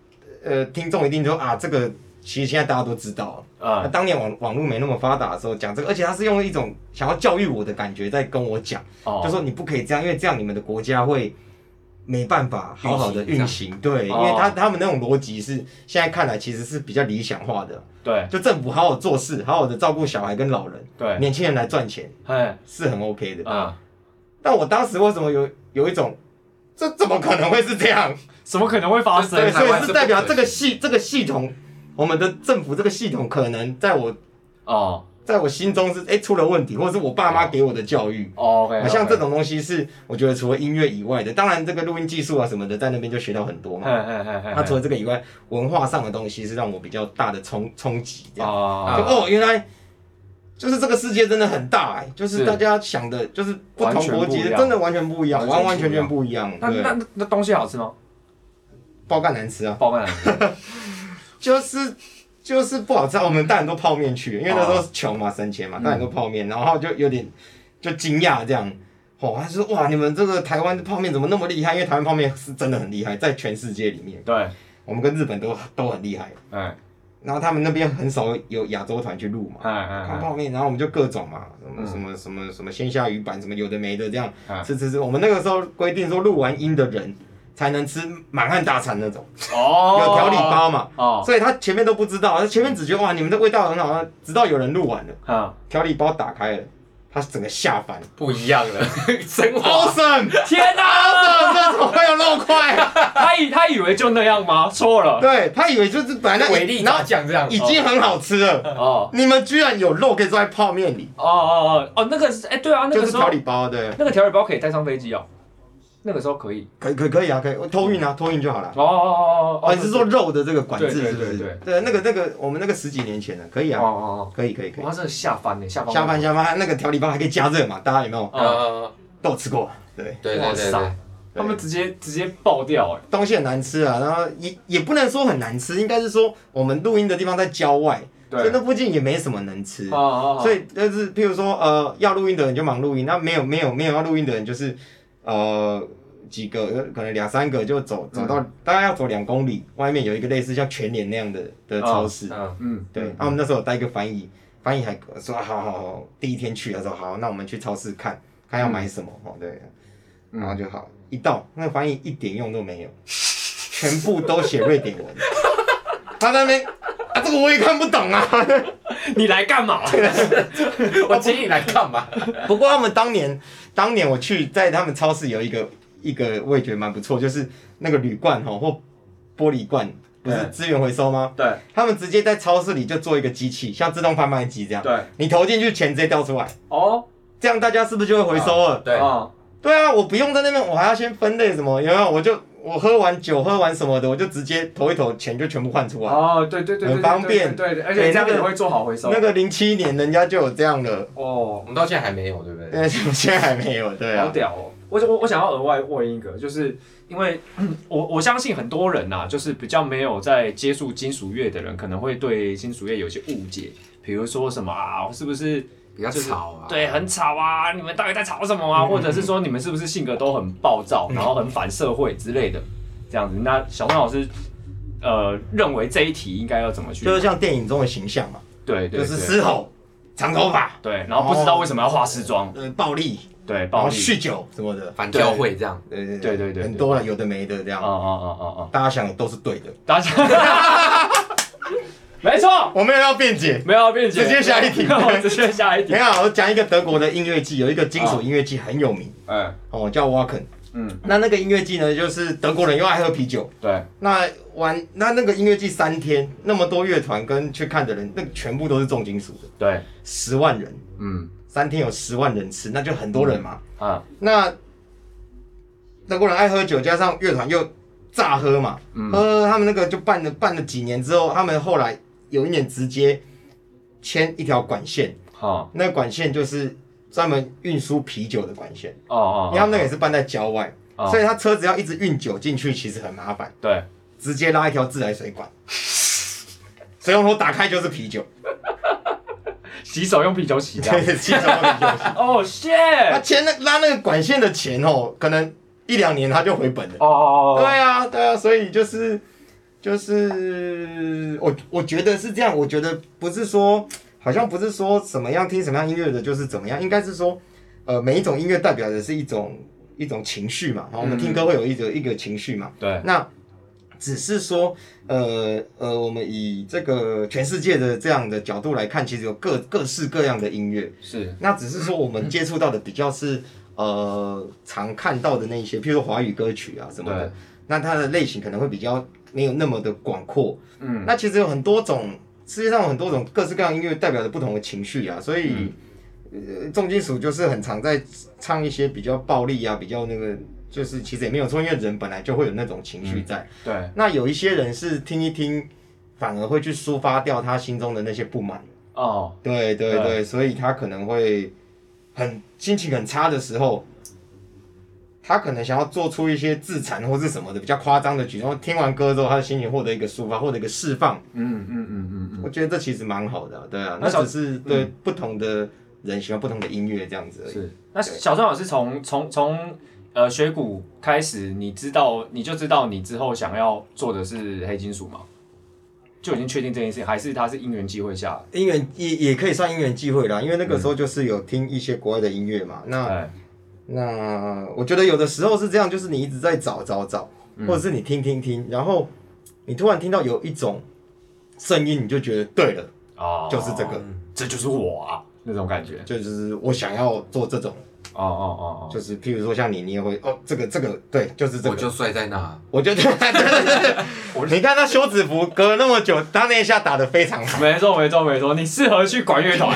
[SPEAKER 4] 呃听众一定说啊，这个其实现在大家都知道。那
[SPEAKER 1] 啊
[SPEAKER 4] 当年网网络没那么发达的时候讲这个，而且他是用一种想要教育我的感觉在跟我讲，
[SPEAKER 1] 哦，
[SPEAKER 4] 就说你不可以这样，因为这样你们的国家会没办法好好的运
[SPEAKER 2] 运
[SPEAKER 4] 行。对，因
[SPEAKER 1] 哦
[SPEAKER 4] 为他他们那种逻辑是现在看来其实是比较理想化的，
[SPEAKER 1] 对
[SPEAKER 4] 就政府好好做事，好好的照顾小孩跟老人，
[SPEAKER 1] 对，
[SPEAKER 4] 年轻人来赚钱
[SPEAKER 1] 哎
[SPEAKER 4] 是很 OK 的。
[SPEAKER 1] 啊，
[SPEAKER 4] 但我当时为什么有有一种这怎么可能会是这样？
[SPEAKER 1] 什么可能会发
[SPEAKER 2] 对
[SPEAKER 1] 生
[SPEAKER 4] 对，？所
[SPEAKER 2] 台湾
[SPEAKER 4] 以
[SPEAKER 2] 是不
[SPEAKER 4] 是代表
[SPEAKER 2] 可
[SPEAKER 4] 这个
[SPEAKER 2] 以
[SPEAKER 4] 系这个系统，我们的政府这个系统可能在我
[SPEAKER 1] 哦
[SPEAKER 4] 在我心中是哎、出了问题，或者是我爸妈给我的教育。
[SPEAKER 1] 哦，OK，
[SPEAKER 4] 啊，像这，种东西是我觉得除了音乐以外的，当然这个录音技术啊什么的，在那边就学到很多
[SPEAKER 1] 嘿
[SPEAKER 4] 嘛。
[SPEAKER 1] 嘿嘿嘿，
[SPEAKER 4] 那、除了这个以外，文化上的东西是让我比较大的冲冲击。这样，
[SPEAKER 1] 啊
[SPEAKER 4] 就哦，原来就是这个世界真的很大哎、就是
[SPEAKER 1] 是
[SPEAKER 4] 大家想的，就是不
[SPEAKER 1] 完
[SPEAKER 4] 同
[SPEAKER 1] 全
[SPEAKER 4] 国
[SPEAKER 1] 不
[SPEAKER 4] 籍
[SPEAKER 1] 一
[SPEAKER 4] 的
[SPEAKER 1] 样
[SPEAKER 4] 真的完全不一样，
[SPEAKER 2] 完
[SPEAKER 4] 完
[SPEAKER 2] 全
[SPEAKER 4] 完全
[SPEAKER 2] 不一样
[SPEAKER 4] 全
[SPEAKER 1] 那
[SPEAKER 4] 不一样。对，
[SPEAKER 1] 那那那东西好吃吗？
[SPEAKER 4] 包干难吃啊。
[SPEAKER 1] 爆肝难吃
[SPEAKER 4] 就是就是不好吃啊。我们带很多泡面去，因为那时候穷嘛，省钱嘛，
[SPEAKER 1] 嗯
[SPEAKER 4] 带很多泡面，然后就有点就惊讶这样。哦，他说哇，你们这个台湾的泡面怎么那么厉害？因为台湾泡面是真的很厉害，在全世界里面，
[SPEAKER 1] 对，
[SPEAKER 4] 我们跟日本都都很厉害。
[SPEAKER 1] 哎
[SPEAKER 4] 然后他们那边很少有亚洲团去录嘛，
[SPEAKER 1] 哎哎
[SPEAKER 4] *laughs* 看
[SPEAKER 1] 哎
[SPEAKER 4] 泡面，然后我们就各种嘛，什么
[SPEAKER 1] 嗯
[SPEAKER 4] 什么什么什么鲜虾鱼板，什么有的没的这样
[SPEAKER 1] 哎，
[SPEAKER 4] 吃吃吃。我们那个时候规定说，录完音的人才能吃满汉大餐那种，
[SPEAKER 1] 哦，
[SPEAKER 4] 有调理包嘛。
[SPEAKER 1] 哦，
[SPEAKER 4] 所以他前面都不知道，他前面只觉得哇，你们的味道很好，直到有人录完了，
[SPEAKER 1] 啊，
[SPEAKER 4] 调理包打开了，他整个下凡
[SPEAKER 2] 不一样了，生活
[SPEAKER 4] ，awesome，awesome，
[SPEAKER 1] 天哪，
[SPEAKER 4] 这怎么会有肉块？
[SPEAKER 1] 他以他以为就那样吗？错了，
[SPEAKER 4] 对他以为就是本来那
[SPEAKER 2] 伟力
[SPEAKER 4] 然后
[SPEAKER 2] 炸酱这样，
[SPEAKER 4] 已经很好吃了，
[SPEAKER 1] 哦
[SPEAKER 4] 你们居然有肉可以装在泡面里，
[SPEAKER 1] 哦哦哦哦，那个是哎，对啊，那
[SPEAKER 4] 就
[SPEAKER 1] 个
[SPEAKER 4] 是
[SPEAKER 1] 时候
[SPEAKER 4] 调理包，对，
[SPEAKER 1] 那个调理包可以带上飞机哦，那个时候可以。
[SPEAKER 4] 可以可以可以啊，可以我托运啊，托运就好了。
[SPEAKER 1] 哦哦哦
[SPEAKER 4] 哦，你是说肉的这个管制
[SPEAKER 1] 对对
[SPEAKER 4] 是不是？
[SPEAKER 1] 对对
[SPEAKER 4] 那个那个，我们那个十几年前的，可以
[SPEAKER 1] 哦
[SPEAKER 4] 啊，
[SPEAKER 1] 哦
[SPEAKER 4] 可以可以可
[SPEAKER 1] 哦，
[SPEAKER 4] 以
[SPEAKER 1] 哇，，真的下翻呢，下翻
[SPEAKER 4] 下饭下饭，那个调理包还可以加热嘛，大家有没
[SPEAKER 1] 哦
[SPEAKER 4] 有
[SPEAKER 2] 呃，
[SPEAKER 4] 都有吃过？对。
[SPEAKER 2] 对对
[SPEAKER 1] 哇
[SPEAKER 2] 对
[SPEAKER 1] 塞
[SPEAKER 2] 对，
[SPEAKER 1] 他们直接直接爆掉哎，
[SPEAKER 4] 东西很难吃啊，然后也也不能说很难吃，应该是说我们录音的地方在郊外，所以
[SPEAKER 1] 对，
[SPEAKER 4] 那附近也没什么能吃。
[SPEAKER 1] 哦哦，哦
[SPEAKER 4] 所以就是譬如说，呃，要录音的人就忙录音，那没有没有没有要录音的人就是，呃，几个呃可能两三个就走走到、
[SPEAKER 1] 嗯
[SPEAKER 4] 大概要走两公里，外面有一个类似像全联那样的
[SPEAKER 1] 哦
[SPEAKER 4] 的超市，
[SPEAKER 2] 嗯，
[SPEAKER 1] 嗯，
[SPEAKER 4] 对，然后我们那时候有带一个翻译，翻译还说啊好好好，第一天去的时候好，那我们去超市看看要买什么，
[SPEAKER 1] 嗯
[SPEAKER 4] 哦对，然后就好，一到那个翻译一点用都没有，全部都写瑞典文， *laughs* 他在那边啊这个我也看不懂啊，
[SPEAKER 1] 你来干嘛？
[SPEAKER 2] 我请你来干嘛？
[SPEAKER 4] 不过他们当年当年我去在他们超市有一个一个我也觉得蛮不错，就是那个铝罐哦或玻璃罐。不是
[SPEAKER 1] 嗯
[SPEAKER 4] 资源回收吗？
[SPEAKER 1] 对
[SPEAKER 4] 他们直接在超市里就做一个机器，像自动贩卖机这样，
[SPEAKER 1] 对，
[SPEAKER 4] 你投进去钱直接掉出来，
[SPEAKER 1] 哦
[SPEAKER 4] 这样大家是不是就会回收了？
[SPEAKER 2] 对，
[SPEAKER 1] 哦
[SPEAKER 4] 对啊，我不用在那边，我还要先分类什么，有没有？我就我喝完酒喝完什么的，我就直接投一投，钱就全部换出来。
[SPEAKER 1] 哦，对对对，对
[SPEAKER 4] 很方便
[SPEAKER 1] 对对对，而且这样
[SPEAKER 4] 对那个
[SPEAKER 1] 也会做好回收
[SPEAKER 4] 那个零七年人家就有这样了，
[SPEAKER 1] 哦
[SPEAKER 2] 我。们到现在还没有，对不对？
[SPEAKER 4] 但是 *laughs* 现在还没有，对
[SPEAKER 1] 好
[SPEAKER 4] 啊，
[SPEAKER 1] 屌哦！我我我想要额外问一个，就是因为 *clears throat* 我我相信很多人呐、就是比较没有在接触金属乐的人，可能会对金属乐有些误解，比如说什么啊，是不是
[SPEAKER 2] 比较
[SPEAKER 1] 就是
[SPEAKER 2] 吵啊，
[SPEAKER 1] 对，很吵啊，你们到底在吵什么
[SPEAKER 4] 嗯
[SPEAKER 1] 啊？或者是说你们是不是性格都很暴躁，然后很反社会之类的，这样子。那小宋老师，呃，认为这一题应该要怎么去？
[SPEAKER 4] 就是像电影中的形象嘛，
[SPEAKER 1] 对对，
[SPEAKER 4] 就是
[SPEAKER 1] 对
[SPEAKER 4] 嘶吼、长头发、
[SPEAKER 1] 对，然后不知道为什么要化西装，
[SPEAKER 4] 呃暴力，
[SPEAKER 1] 对，
[SPEAKER 4] 然
[SPEAKER 1] 暴
[SPEAKER 4] 后
[SPEAKER 1] 力，
[SPEAKER 4] 酗酒什么的，
[SPEAKER 2] 反教会这样，
[SPEAKER 4] 对对
[SPEAKER 1] 对对对
[SPEAKER 4] 很多了，有的没的
[SPEAKER 1] 啊
[SPEAKER 4] 这样，
[SPEAKER 1] 啊啊啊啊，
[SPEAKER 4] 大家想的都是对的，
[SPEAKER 1] 大家， *laughs* 没错，
[SPEAKER 4] 我没有要辩解。
[SPEAKER 1] 没有辩解，
[SPEAKER 4] 直接
[SPEAKER 1] *laughs*
[SPEAKER 4] 下一题
[SPEAKER 1] 直接下一
[SPEAKER 4] 你
[SPEAKER 1] 题，
[SPEAKER 4] 看，我讲一个德国的音乐季，有一个金
[SPEAKER 1] 啊
[SPEAKER 4] 属音乐季很有名
[SPEAKER 1] 嗯
[SPEAKER 4] 哦，叫 Wacken。
[SPEAKER 1] 嗯，
[SPEAKER 4] 那那个音乐季呢，就是德国人又爱喝啤酒，
[SPEAKER 1] 对，
[SPEAKER 4] 那玩那那个音乐季三天，那么多乐团跟去看的人，那全部都是重金属的，
[SPEAKER 1] 对，
[SPEAKER 4] 十万人，
[SPEAKER 1] 嗯
[SPEAKER 4] 三天有十万人吃，那就很多人嘛。
[SPEAKER 1] 啊，
[SPEAKER 4] 那德国人爱喝酒，加上乐团又炸喝嘛，喝、他们那个就办了办了几年之后，他们后来有一年直接牵一条管线，
[SPEAKER 1] 好，
[SPEAKER 4] 那个管线就是专门运输啤酒的管线，
[SPEAKER 1] 哦哦，
[SPEAKER 4] 因为他们那个也是办在郊外，
[SPEAKER 1] 哦
[SPEAKER 4] 所以他车子要一直运酒进去，其实很麻烦。
[SPEAKER 1] 对，
[SPEAKER 4] 直接拉一条自来水管。水龙头打开就是啤酒，
[SPEAKER 1] 洗手用啤酒洗 *laughs* 的。
[SPEAKER 4] 对，其实都是啤酒。
[SPEAKER 1] *laughs* 哦
[SPEAKER 4] 他
[SPEAKER 1] shit！
[SPEAKER 4] 签那拉那个管线的钱哦，可能一两年他就回本了。
[SPEAKER 1] 哦哦
[SPEAKER 4] 对
[SPEAKER 1] 哦，
[SPEAKER 4] 啊，对啊，所以就是就是我我觉得是这样，我觉得不是说好像不是说什么样听什么样音乐的就是怎么样，应该是说呃每一种音乐代表的是一种一种情绪嘛，哦
[SPEAKER 1] 嗯
[SPEAKER 4] 好，我们听歌会有一个、一个情绪嘛，
[SPEAKER 1] 对，
[SPEAKER 4] 那只是说，呃呃，我们以这个全世界的这样的角度来看，其实有各各式各样的音乐，
[SPEAKER 1] 是
[SPEAKER 4] 那只是说我们接触到的比较是呃常看到的那一些，譬如说华语歌曲啊什么
[SPEAKER 1] 对
[SPEAKER 4] 的，那它的类型可能会比较没有那么的广阔。
[SPEAKER 1] 嗯，
[SPEAKER 4] 那其实有很多种，世界上有很多种各式各样的音乐代表着不同的情绪啊，所以、
[SPEAKER 1] 嗯
[SPEAKER 4] 呃重金属就是很常在唱一些比较暴力啊，比较那个。就是其实也没有错，因为人本来就会有那种情
[SPEAKER 1] 嗯
[SPEAKER 4] 绪在。
[SPEAKER 1] 对，
[SPEAKER 4] 那有一些人是听一听，反而会去抒发掉他心中的那些不满。
[SPEAKER 1] 哦，
[SPEAKER 4] 对对
[SPEAKER 1] 对
[SPEAKER 4] 对，所以他可能会很心情很差的时候，他可能想要做出一些自残或是什么的比较夸张的举动。听完歌之后，他的心情获得一个抒发，获得一个释放。
[SPEAKER 1] 嗯嗯嗯嗯
[SPEAKER 4] 我觉得这其实蛮好的啊、对啊，
[SPEAKER 1] 那
[SPEAKER 4] 那
[SPEAKER 1] 小
[SPEAKER 4] 只是对、不同的人喜欢不同的音乐这样子而
[SPEAKER 1] 嗯，
[SPEAKER 4] 已。
[SPEAKER 1] 是。那小庄老师从从从呃学鼓开始，你知道你就知道你之后想要做的是黑金属吗？就已经确定这件事情，还是它是因缘际会下？
[SPEAKER 4] 因缘也也可以算因缘际会啦，因为那个时候就是有听一些国外的音乐嘛，那。
[SPEAKER 1] 哎，
[SPEAKER 4] 那我觉得有的时候是这样，就是你一直在找找找，或者是你听听听，然后你突然听到有一种声音，你就觉得对了，
[SPEAKER 1] 哦，
[SPEAKER 4] 就是这个，
[SPEAKER 1] 这就是我啊，那种感觉。
[SPEAKER 4] 就是我想要做这种，
[SPEAKER 1] 哦哦哦
[SPEAKER 4] 就是譬如说像你，你也会哦，这个这个对，就是这
[SPEAKER 2] 我
[SPEAKER 4] 个，
[SPEAKER 2] 就睡在那，
[SPEAKER 4] 我就对对对对
[SPEAKER 1] 我
[SPEAKER 4] *laughs* 你看他休止符隔了那么久，他那一下打的非
[SPEAKER 1] *laughs*
[SPEAKER 4] 常
[SPEAKER 1] 哦，
[SPEAKER 4] 好，
[SPEAKER 1] 没错没错没错，你适合去管乐团。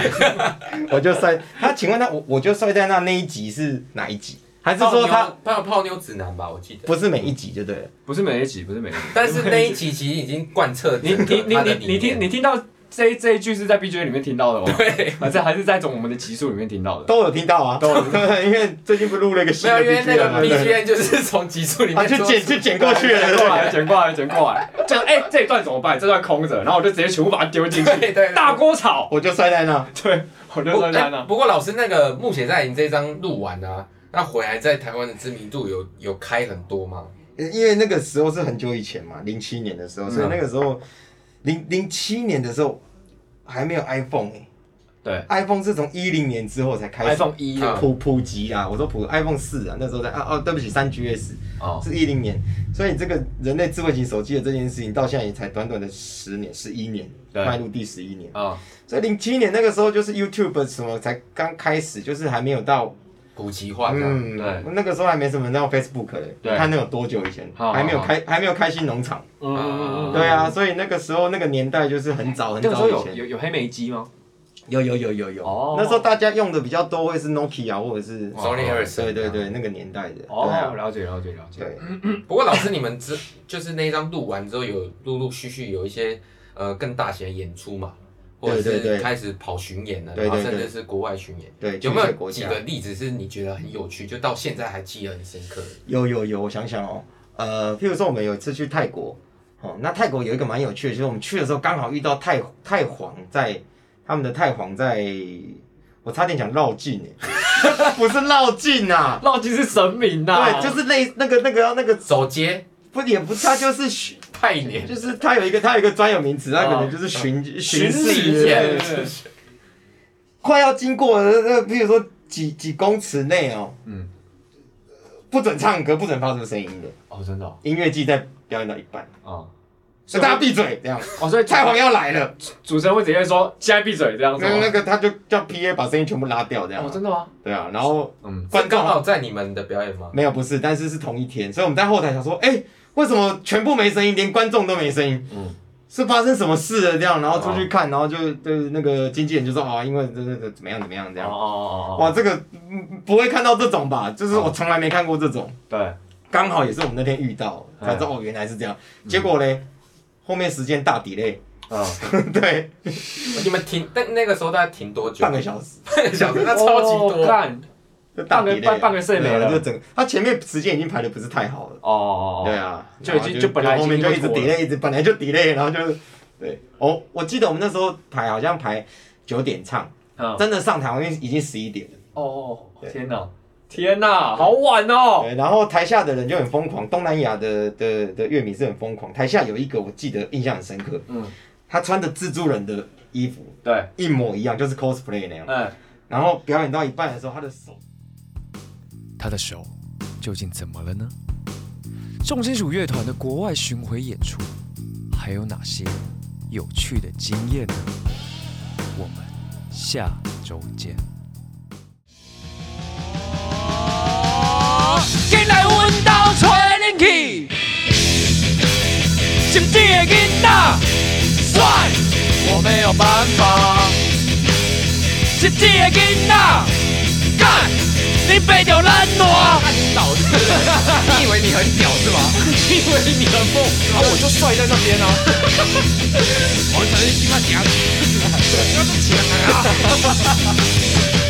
[SPEAKER 4] 我就摔他，请问他我我就摔在那那一集是哪一集？还是
[SPEAKER 2] 泡
[SPEAKER 4] 说他
[SPEAKER 2] 妞泡泡妞指南吧，我记得。
[SPEAKER 4] 不是每一集就对了？
[SPEAKER 1] *laughs* 不是每一集，不是每一集。
[SPEAKER 2] 但是那一集其实已经贯彻
[SPEAKER 1] 你
[SPEAKER 2] 整
[SPEAKER 1] 你
[SPEAKER 2] 个
[SPEAKER 1] 你
[SPEAKER 2] 它的
[SPEAKER 1] 你
[SPEAKER 2] 理
[SPEAKER 1] 你
[SPEAKER 2] 念
[SPEAKER 1] 听你听到这一这一句是在 B G 里面听到的吗？对，还是还是在从我们的集数里面听到的？
[SPEAKER 4] 都有听到啊，
[SPEAKER 1] 都有
[SPEAKER 4] *laughs* 因为最近不录了一个
[SPEAKER 2] 没
[SPEAKER 4] 新的
[SPEAKER 2] 有，因
[SPEAKER 4] B
[SPEAKER 2] 为
[SPEAKER 4] G
[SPEAKER 2] 那个
[SPEAKER 4] M
[SPEAKER 2] BGM 就是从集数里
[SPEAKER 4] 啊，
[SPEAKER 2] 面
[SPEAKER 4] 就
[SPEAKER 2] 说
[SPEAKER 4] 剪就剪过去了，对
[SPEAKER 1] 剪
[SPEAKER 4] 不
[SPEAKER 1] 过来，剪过
[SPEAKER 4] 对？
[SPEAKER 1] 来，剪过来，就哎、这一段怎么办？这段空着，然后我就直接全部把它丢进去，
[SPEAKER 2] *laughs* 对对
[SPEAKER 1] *laughs*
[SPEAKER 2] 对
[SPEAKER 1] 大锅炒，
[SPEAKER 4] 我就摔在那，
[SPEAKER 1] 对，我就
[SPEAKER 2] 不
[SPEAKER 1] 说在
[SPEAKER 2] 哎
[SPEAKER 1] 那，
[SPEAKER 2] 不过老师那个《木写在你》这张录完啊，那回来在台湾的知名度有有开很多吗？
[SPEAKER 4] 因为那个时候是很久以前嘛，零七年的时候，所以那个时候，零零七年的时候还没有 iPhone
[SPEAKER 1] 对
[SPEAKER 4] 哎、i p h o n e 是从一零年之后才开始
[SPEAKER 1] ，iPhone 一
[SPEAKER 2] 啊
[SPEAKER 4] 普普及啊，我说普 iPhone 四啊，那时候在啊哦，对不起，三 GS
[SPEAKER 1] 哦，
[SPEAKER 4] 是一零年，所以这个人类智慧型手机的这件事情到现在也才短短的十年，十一年，
[SPEAKER 1] 对
[SPEAKER 4] 迈入第十一年。
[SPEAKER 1] 啊，
[SPEAKER 4] 所以零七年那个时候就是 YouTube 什么才刚开始，就是还没有到
[SPEAKER 2] 普及化这样，
[SPEAKER 4] 嗯，
[SPEAKER 1] 对
[SPEAKER 4] 那个时候还没什么人用 Facebook 嘞，
[SPEAKER 1] 对
[SPEAKER 4] 看那有多久以前，
[SPEAKER 1] 好好
[SPEAKER 4] 还没有开，还没有开新农场，
[SPEAKER 1] 嗯嗯嗯，
[SPEAKER 4] 对啊，所以那个时候那个年代就是很早很
[SPEAKER 1] 那个时
[SPEAKER 4] 早
[SPEAKER 1] 候
[SPEAKER 4] 以
[SPEAKER 1] 有
[SPEAKER 4] 前，
[SPEAKER 1] 有有黑莓机吗？
[SPEAKER 4] 有有有有有
[SPEAKER 1] 哦
[SPEAKER 4] 那时候大家用的比较多会是 Nokia 或者是
[SPEAKER 2] 哇 Sony Ericsson
[SPEAKER 4] 对对对，那个年代的，
[SPEAKER 1] 哦，
[SPEAKER 4] 对啊，
[SPEAKER 1] 了解了解了解，
[SPEAKER 4] 对，
[SPEAKER 2] 不过老师，你们之就是那一张录完之后，有陆陆续续有一些呃更大型的演出嘛，或者
[SPEAKER 4] 对对
[SPEAKER 2] 是
[SPEAKER 4] 对
[SPEAKER 2] 开始跑巡演了，
[SPEAKER 4] 对
[SPEAKER 2] 然后
[SPEAKER 4] 对
[SPEAKER 2] 甚
[SPEAKER 4] 对
[SPEAKER 2] 至是国外巡演。
[SPEAKER 4] 对
[SPEAKER 2] 有
[SPEAKER 4] 全
[SPEAKER 2] 没
[SPEAKER 4] 世界
[SPEAKER 2] 有
[SPEAKER 4] 国
[SPEAKER 2] 几
[SPEAKER 4] 家
[SPEAKER 2] 个例子是你觉得很有趣，就到现在还记得很深刻的？
[SPEAKER 4] 有有有，我想想哦，呃，譬如说我们有一次去泰国，哦，那泰国有一个蛮有趣的，就是我们去的时候刚好遇到太太皇在他们的太皇在，我差点讲绕境哎， *laughs* 不是绕境啊。
[SPEAKER 1] 绕境是神明呐、
[SPEAKER 4] 对，就是类那个那个那个
[SPEAKER 2] 走街
[SPEAKER 4] 不也不，他就是巡，
[SPEAKER 2] 拜年，
[SPEAKER 4] 就是他有一个他有一个专有名词，他可
[SPEAKER 1] 哦
[SPEAKER 4] 能就是巡
[SPEAKER 1] 巡
[SPEAKER 4] 视
[SPEAKER 1] 礼
[SPEAKER 4] 对
[SPEAKER 1] 耶，
[SPEAKER 4] 快要经过的那个，譬如说几几公尺内哦，
[SPEAKER 1] 嗯
[SPEAKER 4] 嗯，不准唱歌，不准发出声音的，
[SPEAKER 1] 哦，真的哦，
[SPEAKER 4] 音乐季在表演到一半，
[SPEAKER 1] 啊、
[SPEAKER 4] 大家闭嘴 *laughs* 这样，
[SPEAKER 1] 哦，所以
[SPEAKER 4] 太皇要来了，
[SPEAKER 1] 主持人会直接说现在闭嘴这样子
[SPEAKER 4] 那那
[SPEAKER 1] 吗？
[SPEAKER 4] 个他就叫 P A 把声音全部拉掉这样
[SPEAKER 1] 哦，，真的吗？
[SPEAKER 4] 对啊，然后
[SPEAKER 1] 嗯，
[SPEAKER 4] 观众啊
[SPEAKER 2] 刚好哦在你们的表演吗？
[SPEAKER 4] 没有不是，但是是同一天，所以我们在后台想说，哎、为什么全部没声音，连观众都没声音？
[SPEAKER 1] 嗯
[SPEAKER 4] 是发生什么事了这样？然后出去看，然后就就是那个经纪人就说啊，因为这这这怎么样怎么样这
[SPEAKER 1] 哦哦
[SPEAKER 4] 样。
[SPEAKER 1] 哦哦
[SPEAKER 4] 哇，这个嗯不会看到这种吧？就是我从来没看过这种，
[SPEAKER 1] 对，
[SPEAKER 4] 刚好也是我们那天遇到，才知道哦原来是这样。结果嘞，后面时间大 delay， *laughs*
[SPEAKER 1] 嗯，
[SPEAKER 4] 对，
[SPEAKER 2] 你们停，但那个时候大概停多久？
[SPEAKER 4] 半个小时，
[SPEAKER 2] *laughs* 半个小时，那超级
[SPEAKER 1] 哦
[SPEAKER 2] 多。
[SPEAKER 1] 干
[SPEAKER 4] 就大
[SPEAKER 1] 半个
[SPEAKER 4] delay
[SPEAKER 1] 半半个
[SPEAKER 4] 对啊
[SPEAKER 1] 睡没了
[SPEAKER 4] 就整个他前面时间已经排的不是太好了。
[SPEAKER 1] 哦哦哦，
[SPEAKER 4] 对啊，
[SPEAKER 1] 就已经就本来已
[SPEAKER 4] 后
[SPEAKER 1] 经
[SPEAKER 4] 面就一直
[SPEAKER 1] 拖了
[SPEAKER 4] delay，一直本来就 delay，然后就对，哦，我记得我们那时候排好像排九点唱，
[SPEAKER 1] 嗯，
[SPEAKER 4] 真的上台好像已经十一点了。
[SPEAKER 1] 哦，
[SPEAKER 4] 对
[SPEAKER 1] 天哪，天哪，好晚哦，
[SPEAKER 4] 对，然后台下的人就很疯狂，东南亚的的的乐迷是很疯狂。台下有一个我记得印象很深刻，
[SPEAKER 1] 嗯，
[SPEAKER 4] 他穿的蜘蛛人的衣服
[SPEAKER 1] 对，
[SPEAKER 4] 一模一样，就是 cosplay 那样。
[SPEAKER 1] 嗯，
[SPEAKER 4] 然后表演到一半的时候，他的手
[SPEAKER 5] 他的手究竟怎么了呢？重金属乐团的国外巡回演出还有哪些有趣的经验呢？我们下周见。
[SPEAKER 3] 进来阮兜找恁去，心机的囡仔，帅，我没有办法。心机的囡仔，干，你背着咱烂。啊老子， *laughs* 你以为你很屌是吗？ *laughs* 你以为你很猛？啊，我就帅在那边啊。我才是鸡巴强，不要这么强啊！